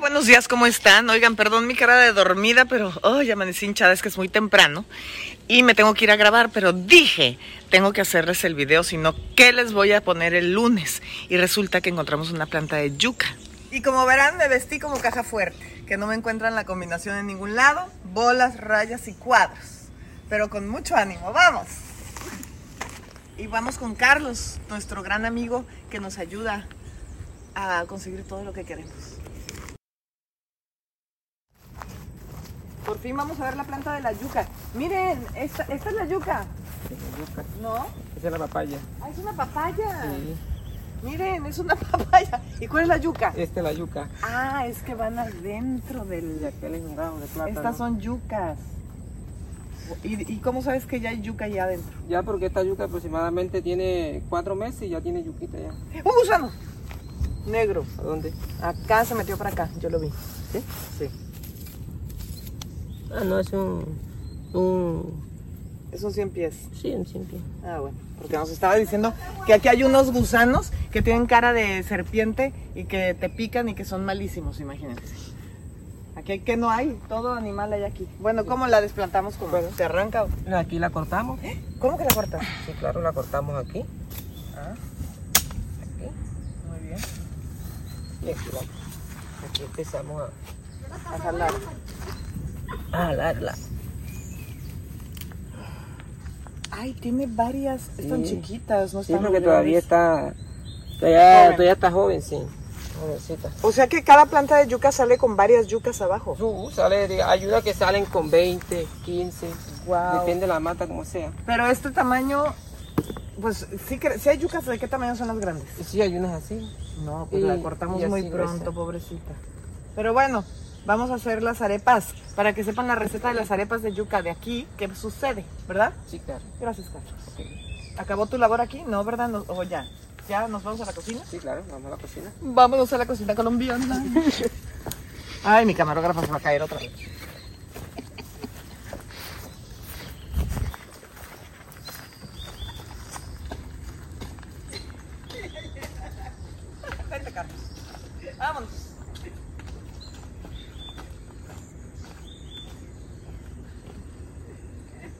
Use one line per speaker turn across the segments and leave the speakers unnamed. buenos días, ¿cómo están? Oigan, perdón mi cara de dormida, pero oh, ya amanecí hinchada, es que es muy temprano y me tengo que ir a grabar, pero dije, tengo que hacerles el video, sino ¿qué les voy a poner el lunes? Y resulta que encontramos una planta de yuca. Y como verán, me vestí como caja fuerte, que no me encuentran la combinación en ningún lado, bolas, rayas y cuadros, pero con mucho ánimo, vamos. Y vamos con Carlos, nuestro gran amigo que nos ayuda a conseguir todo lo que queremos. Por fin vamos a ver la planta de la yuca. Miren, esta, esta es la yuca, ¿no?
Esa es la papaya.
Ah, es una papaya. Miren, es una papaya. ¿Y cuál es la yuca?
Esta es la yuca.
Ah, es que van adentro del...
aquel es un ramo de plátano.
Estas son yucas. ¿Y, y cómo sabes que ya hay yuca allá adentro?
Ya porque esta yuca aproximadamente tiene cuatro meses y ya tiene yuquita ya.
¡Un gusano! Negro.
¿A dónde?
Acá se metió para acá, yo lo vi.
¿Sí? Sí. Ah, no, es un... un...
Es un 100 pies.
Sí, un simple.
Ah, bueno, porque nos estaba diciendo que aquí hay unos gusanos que tienen cara de serpiente y que te pican y que son malísimos, imagínense. Aquí hay que no hay, todo animal hay aquí. Bueno, ¿cómo la desplantamos? ¿Cómo?
Bueno.
¿Se arranca? o-
Mira, aquí la cortamos.
¿Cómo que la cortas?
Sí, claro, la cortamos aquí.
Ah,
Aquí.
muy bien.
Y aquí, la- aquí empezamos a...
A jalar.
a jalarla.
Ay, tiene varias, están
Sí.
chiquitas, no
Sí,
están
porque
muy
todavía
grandes.
está... Todavía,
Joven.
todavía está joven, sí. Jovencita.
O sea que cada planta de yuca sale con varias yucas abajo.
Su, sale de- ayuda que salen con 20, 15,
Guau.
depende de la mata como sea.
Pero este tamaño, pues sí, que- sí hay yucas, ¿de qué tamaño son las grandes?
Y sí, hay unas así.
No, pues
Y-
la cortamos
y así
muy pronto,
crece.
pobrecita. Pero bueno, vamos a hacer las arepas. Para que sepan la receta de las arepas de yuca de aquí, ¿qué sucede? ¿Verdad?
Sí, claro.
Gracias, Carlos. ¿Acabó tu labor aquí? No, ¿verdad? No- o ya. ¿Ya nos vamos a la cocina?
Sí, claro, vamos a la cocina.
Vámonos a la cocina colombiana. Ay, mi camarógrafa se va a caer otra vez. Vente, Carlos. Vámonos.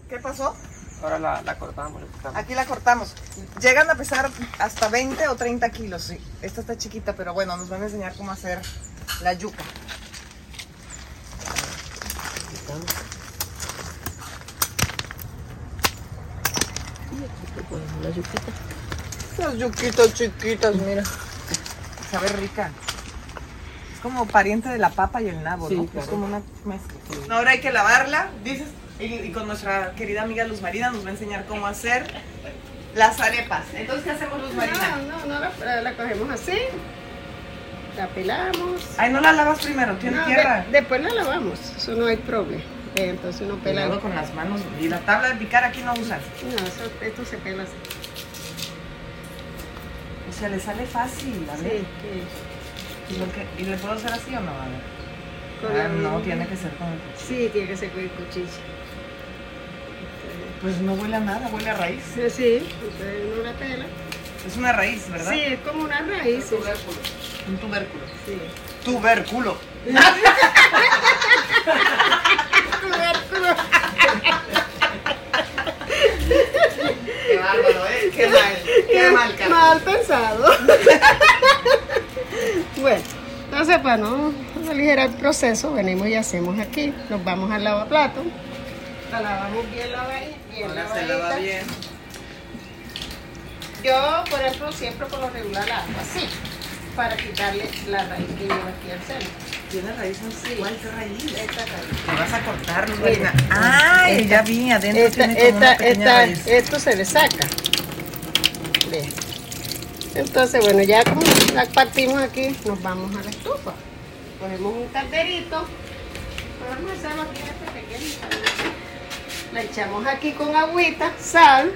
¿Qué pasó?
Ahora la, la cortamos, la cortamos.
Aquí la cortamos. Llegan a pesar hasta 20 o 30 kilos. sí. Esta está chiquita, pero bueno, nos van a enseñar cómo hacer la yuca.
la yuquita.
Las yuquitas chiquitas, mira. Sabe rica. Es como pariente de la papa y el nabo,
Sí,
¿no?
claro.
Es como una mezcla. Ahora hay que lavarla, dices. Y, y con nuestra querida amiga Luz Marina nos va a enseñar cómo hacer las arepas. Entonces, ¿qué hacemos, Luz
No,
Marina?
no, no, la, la cogemos así, la pelamos.
Ay, no la lavas primero, tiene
No,
tierra.
de- después la lavamos, eso no hay problema. Eh, entonces uno pela.
Pelado
No,
con las manos. Y la tabla de picar aquí no usas.
eso- esto se pela así.
O sea, le sale fácil, a
Sí,
ver.
que
¿Y, por qué? ¿Y le puedo hacer así o no? A ver.
con
Ah,
la-
no, tiene que ser con el cuchillo.
Sí, tiene que ser con el cuchillo.
Pues no huele a nada, huele a raíz.
Entonces, sí, entonces uno la pela.
Es una raíz, ¿verdad?
Sí, es como una raíz. sí.
Un tubérculo.
Sí.
Tubérculo. Qué bárbaro, ¿eh? Qué mal. Qué mal, Carlos.
Mal pensado. bueno, entonces para no aligerar el proceso, venimos y hacemos aquí. Nos vamos al lavaplato. La lavamos bien lavadita. Bien
Ahora se lava
lavadita.
bien.
Yo, por ejemplo, siempre por lo regular la hago así, para quitarle la raíz que lleva aquí al centro.
Tiene raíz, no sé. ¿Cuál es raíz?
Esta raíz.
Te vas a cortar, Luz
Mira.
Marina. Ay, ya vi, adentro
Esta-
tiene como una
esta-
pequeña
esta- eh.
raíz.
esto se le saca. Ve. Entonces, bueno, ya como la partimos aquí, nos vamos a la estufa. Cogemos un calderito. Vamos a hacerlo aquí en este pequeñito, ¿no? La echamos aquí con agüita, sal.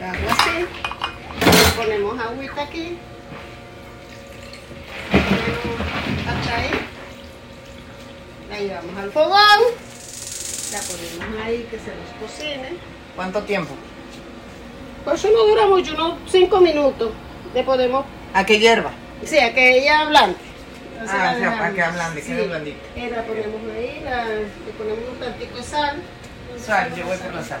La hago así. Le ponemos agüita aquí. La ponemos hasta ahí. La llevamos al fogón. La ponemos ahí que se nos cocine.
¿Cuánto tiempo?
Por eso Pues no dura mucho, unos 5 minutos. Le podemos,
¿A qué hierba?
sí, a que ella hablante. Entonces
Ah,
la
o sea, para
dejamos.
que ablande, quede
Sí.
blandita.
Eh, la ponemos ahí, la, le ponemos un tantico de sal.
Sal, yo voy por la sal.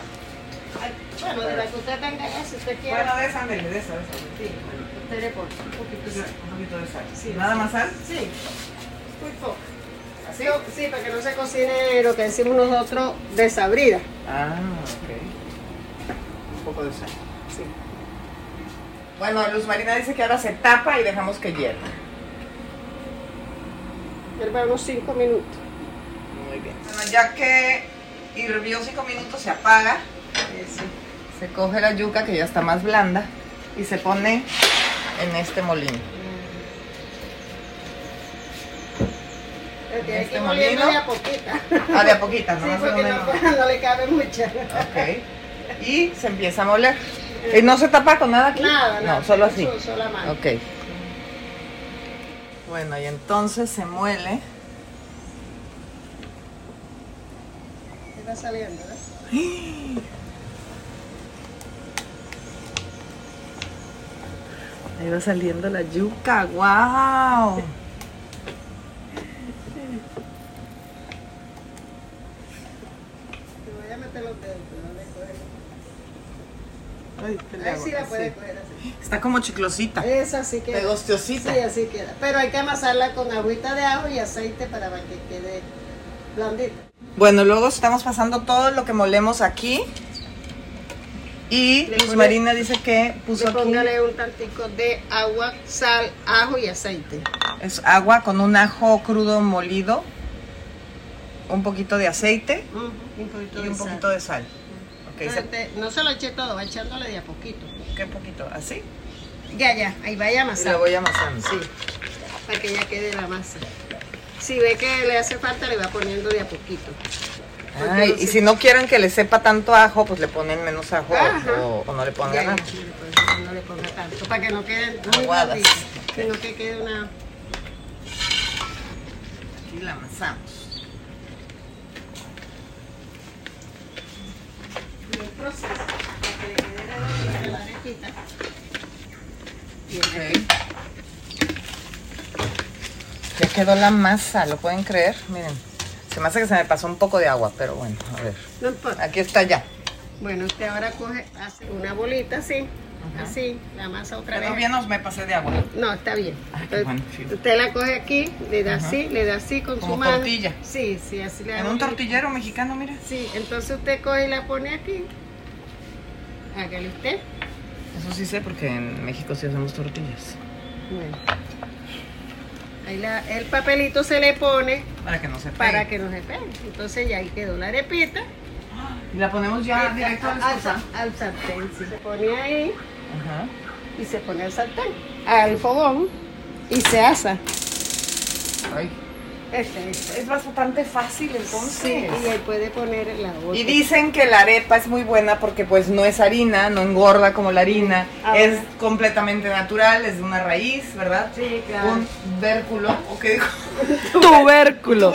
Ay, Bueno, de la que usted tenga ya, si usted quiere.
Bueno, de esa, ándele, de esa, de esa.
sí, usted le pone un poquito de
Entonces,
sal.
Un poquito de sal.
Sí,
¿Nada
sí.
más sal?
Sí, muy poco. ¿Sí? sí, para que no se cocine lo que decimos nosotros desabrida.
Ah, ok. Un poco de sal.
Sí.
Bueno, Luz Marina dice que ahora se tapa y dejamos que hierva.
Hierva unos 5 minutos.
Muy bien. Bueno, ya que hirvió cinco minutos, se apaga. Se coge la yuca que ya está más blanda y se pone en este molino.
Pero tiene
Este
que ir moliéndole
molino.
a poquita.
Ah, de a poquita,
Sí,
nomás de
porque
una en
no,
una.
no le cabe mucha.
Ok. Y se empieza a moler. ¿Y no se tapa con nada aquí?
Nada,
no,
nada.
solo así.
Solo, solo a mano.
Ok. Bueno, y entonces se muele.
Está saliendo, ¿verdad?
Ahí va saliendo la yuca, wow.
Te voy a meter los dedos, pero no le coge.
Ay, ¿qué le
Ahí
hago?
sí la
Así.
puede coger así.
Está como chiclosita.
Esa sí queda. Sí,
Pegostiosita.
así queda. Pero hay que amasarla con agüita de ajo y aceite para que quede blandita.
Bueno, luego estamos pasando todo lo que molemos aquí. Y
Le
Luz
pone-
Marina dice que puso
Y
aquí
póngale un tantico de agua, sal, ajo y aceite.
es agua con un ajo crudo molido, un poquito de aceite
Y un poquito
y
de
un
sal.
poquito de sal. Ah, Ok,
Entonces,
se-
te- no se lo eche todo, va echándole de a poquito.
¿qué poquito? ¿Así?
Ya, ya, ahí vaya
Y la
amasando.
voy amasando.
Sí, para que ya quede la masa. Si ve que le hace falta, le va poniendo de a poquito.
Ay, y si no quieren que le sepa tanto ajo, pues le ponen menos ajo
Ajá.
o, o no le ponen
Ya,
nada.
ya, sí, le pongo- no le ponga tanto, para que no quede muy
Aguadas.
blandita, sino que quede una...
Y la amasamos.
un proceso, para que le quede redondita la arepita. Bien,
Ok. Ya quedó la masa, ¿lo pueden creer? Miren, se me hace que se me pasó un poco de agua, pero bueno, a ver.
no importa.
Aquí está ya.
Bueno, usted ahora coge, hace una bolita así, así, la masa otra vez.
no me pasé de agua.
No, está bien.
Ah, qué
Entonces,
bueno, sí.
usted la coge aquí, le da así, le da así con
Como
su mano.
tortilla.
Sí, sí, así le da.
En un tortillero mexicano, mira.
Sí, entonces usted coge y la pone aquí. Hágale usted.
Eso sí sé porque en México sí hacemos tortillas.
Bueno. Ahí la, el papelito se le pone
Para que no se pegue.
para que no se pegue. Entonces ya ahí quedó la arepita.
Y la ponemos ya directo al
al,
salsa.
sa- al sartén. sí. Se pone ahí.
ah, Ajá.
y se pone al sartén, al fogón y se asa.
Ay.
Este, este.
Es bastante fácil
Sí, y ahí puede poner la otra.
Y dicen que la arepa es muy buena porque pues no es harina, no engorda como la harina,
Ah,
es
bueno.
completamente natural, es de una raíz, ¿verdad?
Sí, claro.
Un vérculo, ¿o qué dijo?
tubérculo.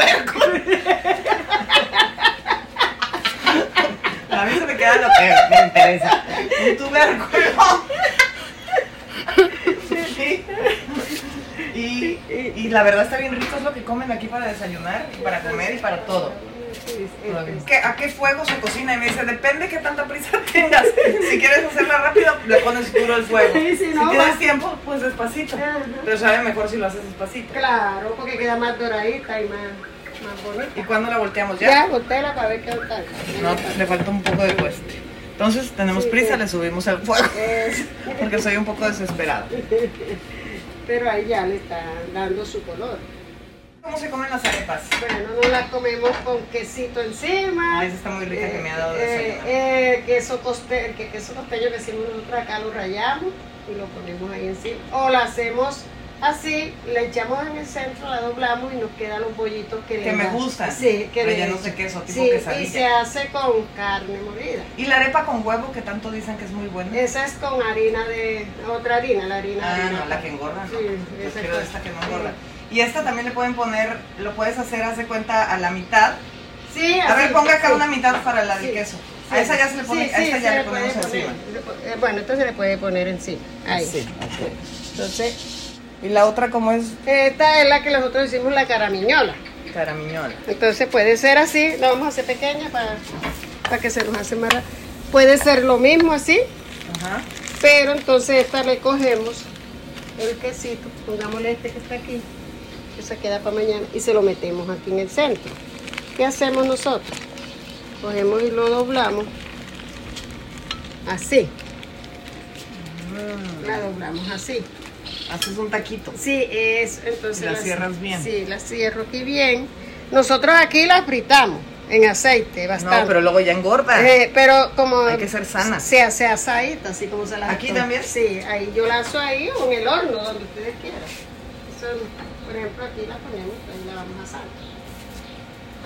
A mí se me queda lo que me interesa. Un tubérculo. Sí. Y, y la verdad está bien rico, es lo que comen aquí para desayunar, y para comer y para todo. ¿Qué- ¿A qué fuego se cocina? Y me dice, depende qué tanta prisa tengas. Si quieres hacerla rápido, le pones duro el fuego.
Sí, sí, no,
tienes
va.
tiempo, pues despacito.
Ajá.
Pero sabe mejor si lo haces despacito.
Claro, porque queda más doradita y más, más bonita.
¿Y cuándo la volteamos? ¿Ya?
Ya, botela para ver qué tal.
No, le falta un poco de cueste. Entonces tenemos
Sí,
prisa,
sí.
le subimos el fuego.
Es-
Porque soy un poco desesperada.
pero ahí ya le está dando su color.
¿Cómo se comen las arepas?
Bueno, no la comemos con quesito encima.
Ah, esa está muy rica que me ha dado
Eh,
desayunar.
eh, eh, queso costeño, que queso costeño que hicimos nosotros acá lo rayamos y lo ponemos ahí encima. O la hacemos así, la echamos en el centro, la doblamos y nos quedan los bollitos que,
Que
le
me
da-
gustan,
Sí, que le-
rellenos de queso, tipo
sí, y
quesadilla.
se hace con carne molida.
¿Y la arepa con huevo que tanto dicen que es muy buena?
Esa es con harina de otra harina, la harina.
Ah,
harina
no, la que engorda. no.
Sí,
Yo
esa
quiero
cosa.
esta que no engorda. Y esta también le pueden poner, lo puedes hacer, haz de cuenta, a la mitad.
Sí,
A ver,
así,
ponga acá
sí.
una mitad para la del
Sí.
queso.
Sí.
A esa ya se le pone,
Sí,
a
sí,
esta
se
ya le
le puede
ponemos
poner.
encima.
Eh, Bueno, entonces se le puede poner encima. Ahí.
Sí, ok.
Entonces,
Y la otra, ¿cómo es?
Esta es la que nosotros hicimos la caramiñola.
Caramiñola.
Entonces puede ser así, la vamos a hacer pequeña para, para que se nos hace más ra- Puede ser lo mismo así,
Ajá.
pero entonces esta le cogemos el quesito, pongámosle este que está aquí, que se queda para mañana, y se lo metemos aquí en el centro. ¿Qué hacemos nosotros? Cogemos y lo doblamos así. La doblamos así.
Haces un taquito.
Sí, es, entonces
La cierras bien.
Sí, la cierro aquí bien. Nosotros aquí la fritamos en aceite bastante.
No, pero luego ya engorda.
Eh, pero como
Hay que ser sana.
Se hace asadita, así como se las
Ah. ¿Aquí
hago.
también?
Sí, ahí yo la aso ahí o en el horno, donde ustedes quieran. Eso, por ejemplo, aquí la ponemos, ahí la vamos a asar.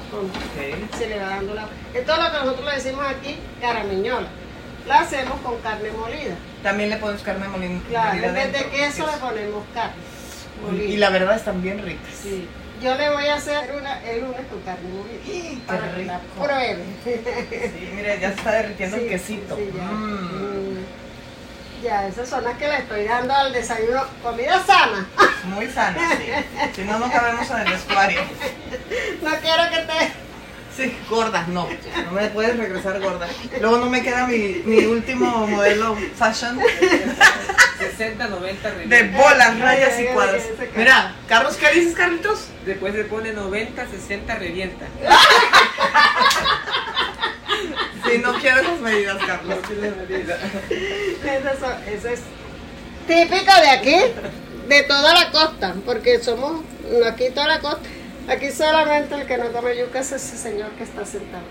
Con-
Ok.
Se le va dando la. Esto es lo que nosotros le decimos aquí, caramiñola. La hacemos con carne molida.
También le pones carne molida.
Claro,
molida
en vez de
dentro.
queso le ponemos carne molida.
Y la verdad están bien ricas.
Sí. Yo le voy a hacer una, el lunes con carne molida. Para que la
rico.
pruebe.
Sí, mira, ya se está derritiendo
Sí,
el quesito.
sí, ya.
Mm,
Mm. Ya, esas son las que le estoy dando al desayuno. Comida sana.
muy sano, sí. Si no, no cabemos en el vestuario.
No quiero que te.
Sí, gorda, no. No me puedes regresar gorda. Luego no me queda mi, mi último modelo fashion
60, 90
de
rellenos.
bolas, rayas y cuadros. Mira, Carlos, ¿qué dices, Carlitos?
Después se pone 90, 60, revienta.
Sí, no quiero esas medidas, Carlos.
Esas son- Eso es típico de aquí, de toda la costa, porque somos no, aquí toda la costa. Aquí solamente el que no toma yuca es ese señor que está sentado.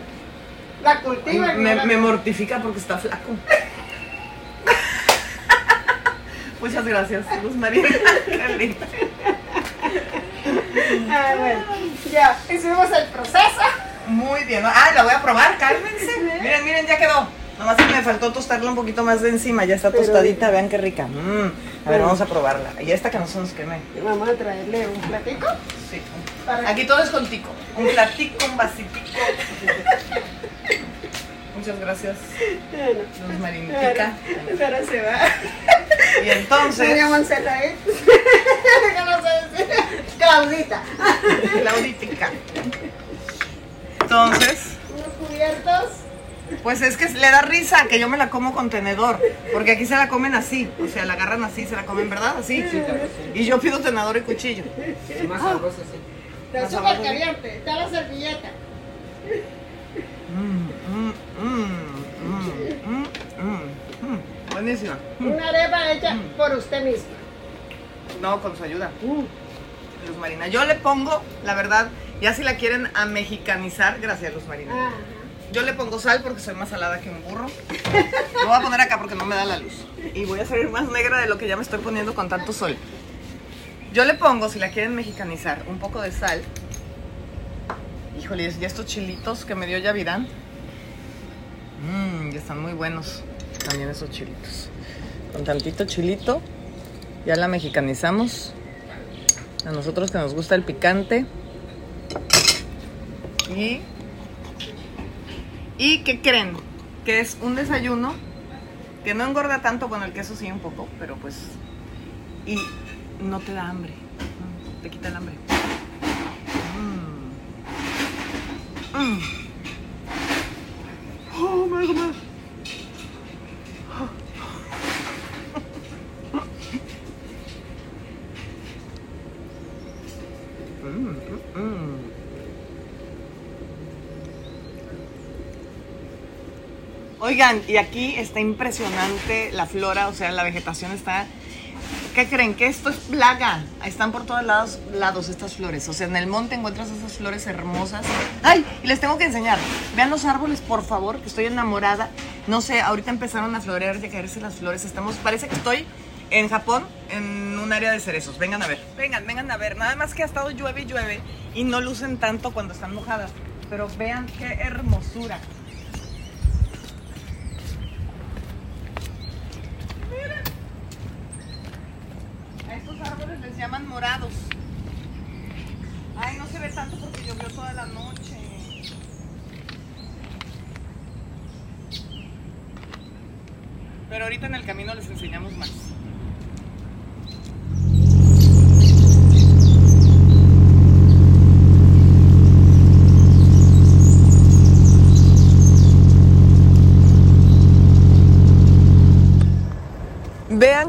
La cultiva y no
Me,
la-
me mortifica porque está flaco. Muchas gracias, Luz María. Carlita.
Ah, bueno, ya, hicimos el proceso.
Muy bien. Ah, la voy a probar, cálmense. Miren, miren, ya quedó. Nomás que me faltó tostarla un poquito más de encima. Ya está
Pero-
tostadita, vean qué rica. Mm. A ver,
Pero-
vamos a probarla. Y esta que no se nos queme.
Vamos a traerle un platico.
Sí.
Para-
Aquí todo es contigo. Un platico, un vasitico. Muchas gracias,
Bueno,
Luz Marinica.
Pero se va.
Y entonces,
Doña Monserrat. ¿Qué no sé decir? Claudita.
Clauditica. Entonces,
Unos cubiertos.
pues es que le da risa que yo me la como con tenedor. Porque aquí se la comen así. O sea, la agarran así, se la comen, ¿verdad? Así. Y yo pido tenedor y cuchillo.
Es más
Ah.
sabroso así.
Está súper caliente. Está la servilleta.
Mm, mm, mm, mm, mm, mm. Buenísima.
Una arepa hecha por usted misma.
No, con su ayuda. Luz Marina. Yo le pongo, la verdad, ya si la quieren a mexicanizar, gracias Luz Marina.
Ajá.
Yo le pongo sal porque soy más salada que un burro. Lo voy a poner acá porque no me da la luz. Y voy a salir más negra de lo que ya me estoy poniendo con tanto sol. Yo le pongo, si la quieren mexicanizar, un poco de sal. Híjole, y estos chilitos que me dio Yavirán. Mmm, están muy buenos también esos chilitos. Con tantito chilito, ya la mexicanizamos. A nosotros que nos gusta el picante. Y. ¿Y qué creen? Que es un desayuno que no engorda tanto, bueno, el queso sí un poco, pero pues. Y no te da hambre. mm, Te quita el hambre. Mm. Mm. Oh, me hago mal. Mm, mm, mm. Oigan, y aquí está impresionante la flora, o sea, la vegetación está... ¿Qué creen? Que esto es plaga. Están por todos lados, lados estas flores. O sea, en el monte encuentras esas flores hermosas. ¡Ay! Y les tengo que enseñar. Vean los árboles, por favor, que estoy enamorada. No sé, ahorita empezaron a florear y a caerse las flores. Estamos, parece que estoy en Japón, en un área de cerezos. Vengan a ver. Vengan, vengan a ver. Nada más que ha estado llueve y llueve y no lucen tanto cuando están mojadas. Pero vean qué hermosura. A estos árboles les llaman morados. Ay, no se ve tanto porque llovió toda la noche. Pero ahorita en el camino les enseñamos más.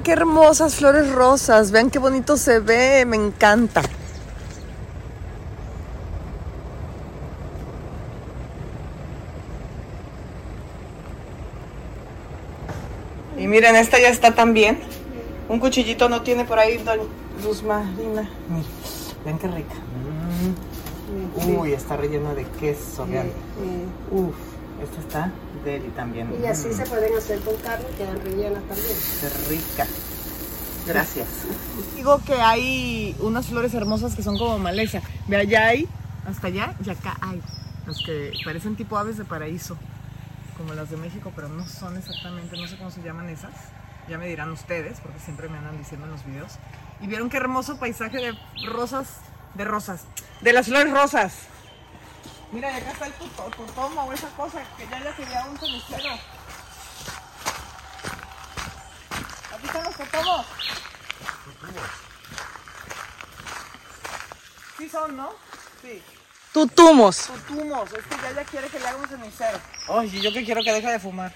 qué hermosas flores rosas. Vean qué bonito se ve. Me encanta. Y miren, esta ya está también. Un cuchillito no tiene por ahí, doña Luz Marina. Miren, Vean qué rica. Mm. Uy, está rellena de queso, vean. Uf, esta está deli también.
Y así
Mm,
se pueden hacer con carne, quedan rellenas también.
Qué rica. Gracias. Digo que hay unas flores hermosas que son como maleza. De allá hay, hasta allá y acá hay. Las que parecen tipo aves de paraíso, como las de México, pero no son exactamente, no sé cómo se llaman esas. Ya me dirán ustedes, porque siempre me andan diciendo en los videos. Y vieron qué hermoso paisaje de rosas, de rosas, de las flores rosas. Mira, y acá está el tuto- totomo o esa cosa que ya le quería un cenicero. Aquí están los totomos. Sí son, ¿no? Sí.
Tutumos.
Tutumos. Es que Yaya quiere que le haga un cenicero. Oye, yo que quiero que deje de fumar.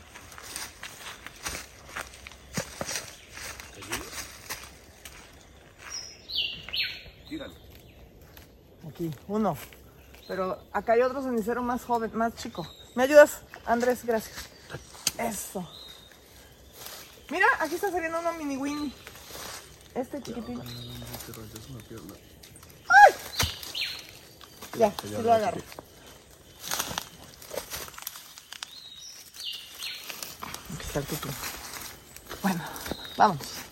Aquí, uno. Pero acá hay otro cenicero más joven, más chico. ¿Me ayudas, Andrés? Gracias. Eso. Mira, aquí está saliendo uno mini Winnie. Este chiquitín. Ya, sí lo agarro. Aquí está el tutú. Bueno, vamos.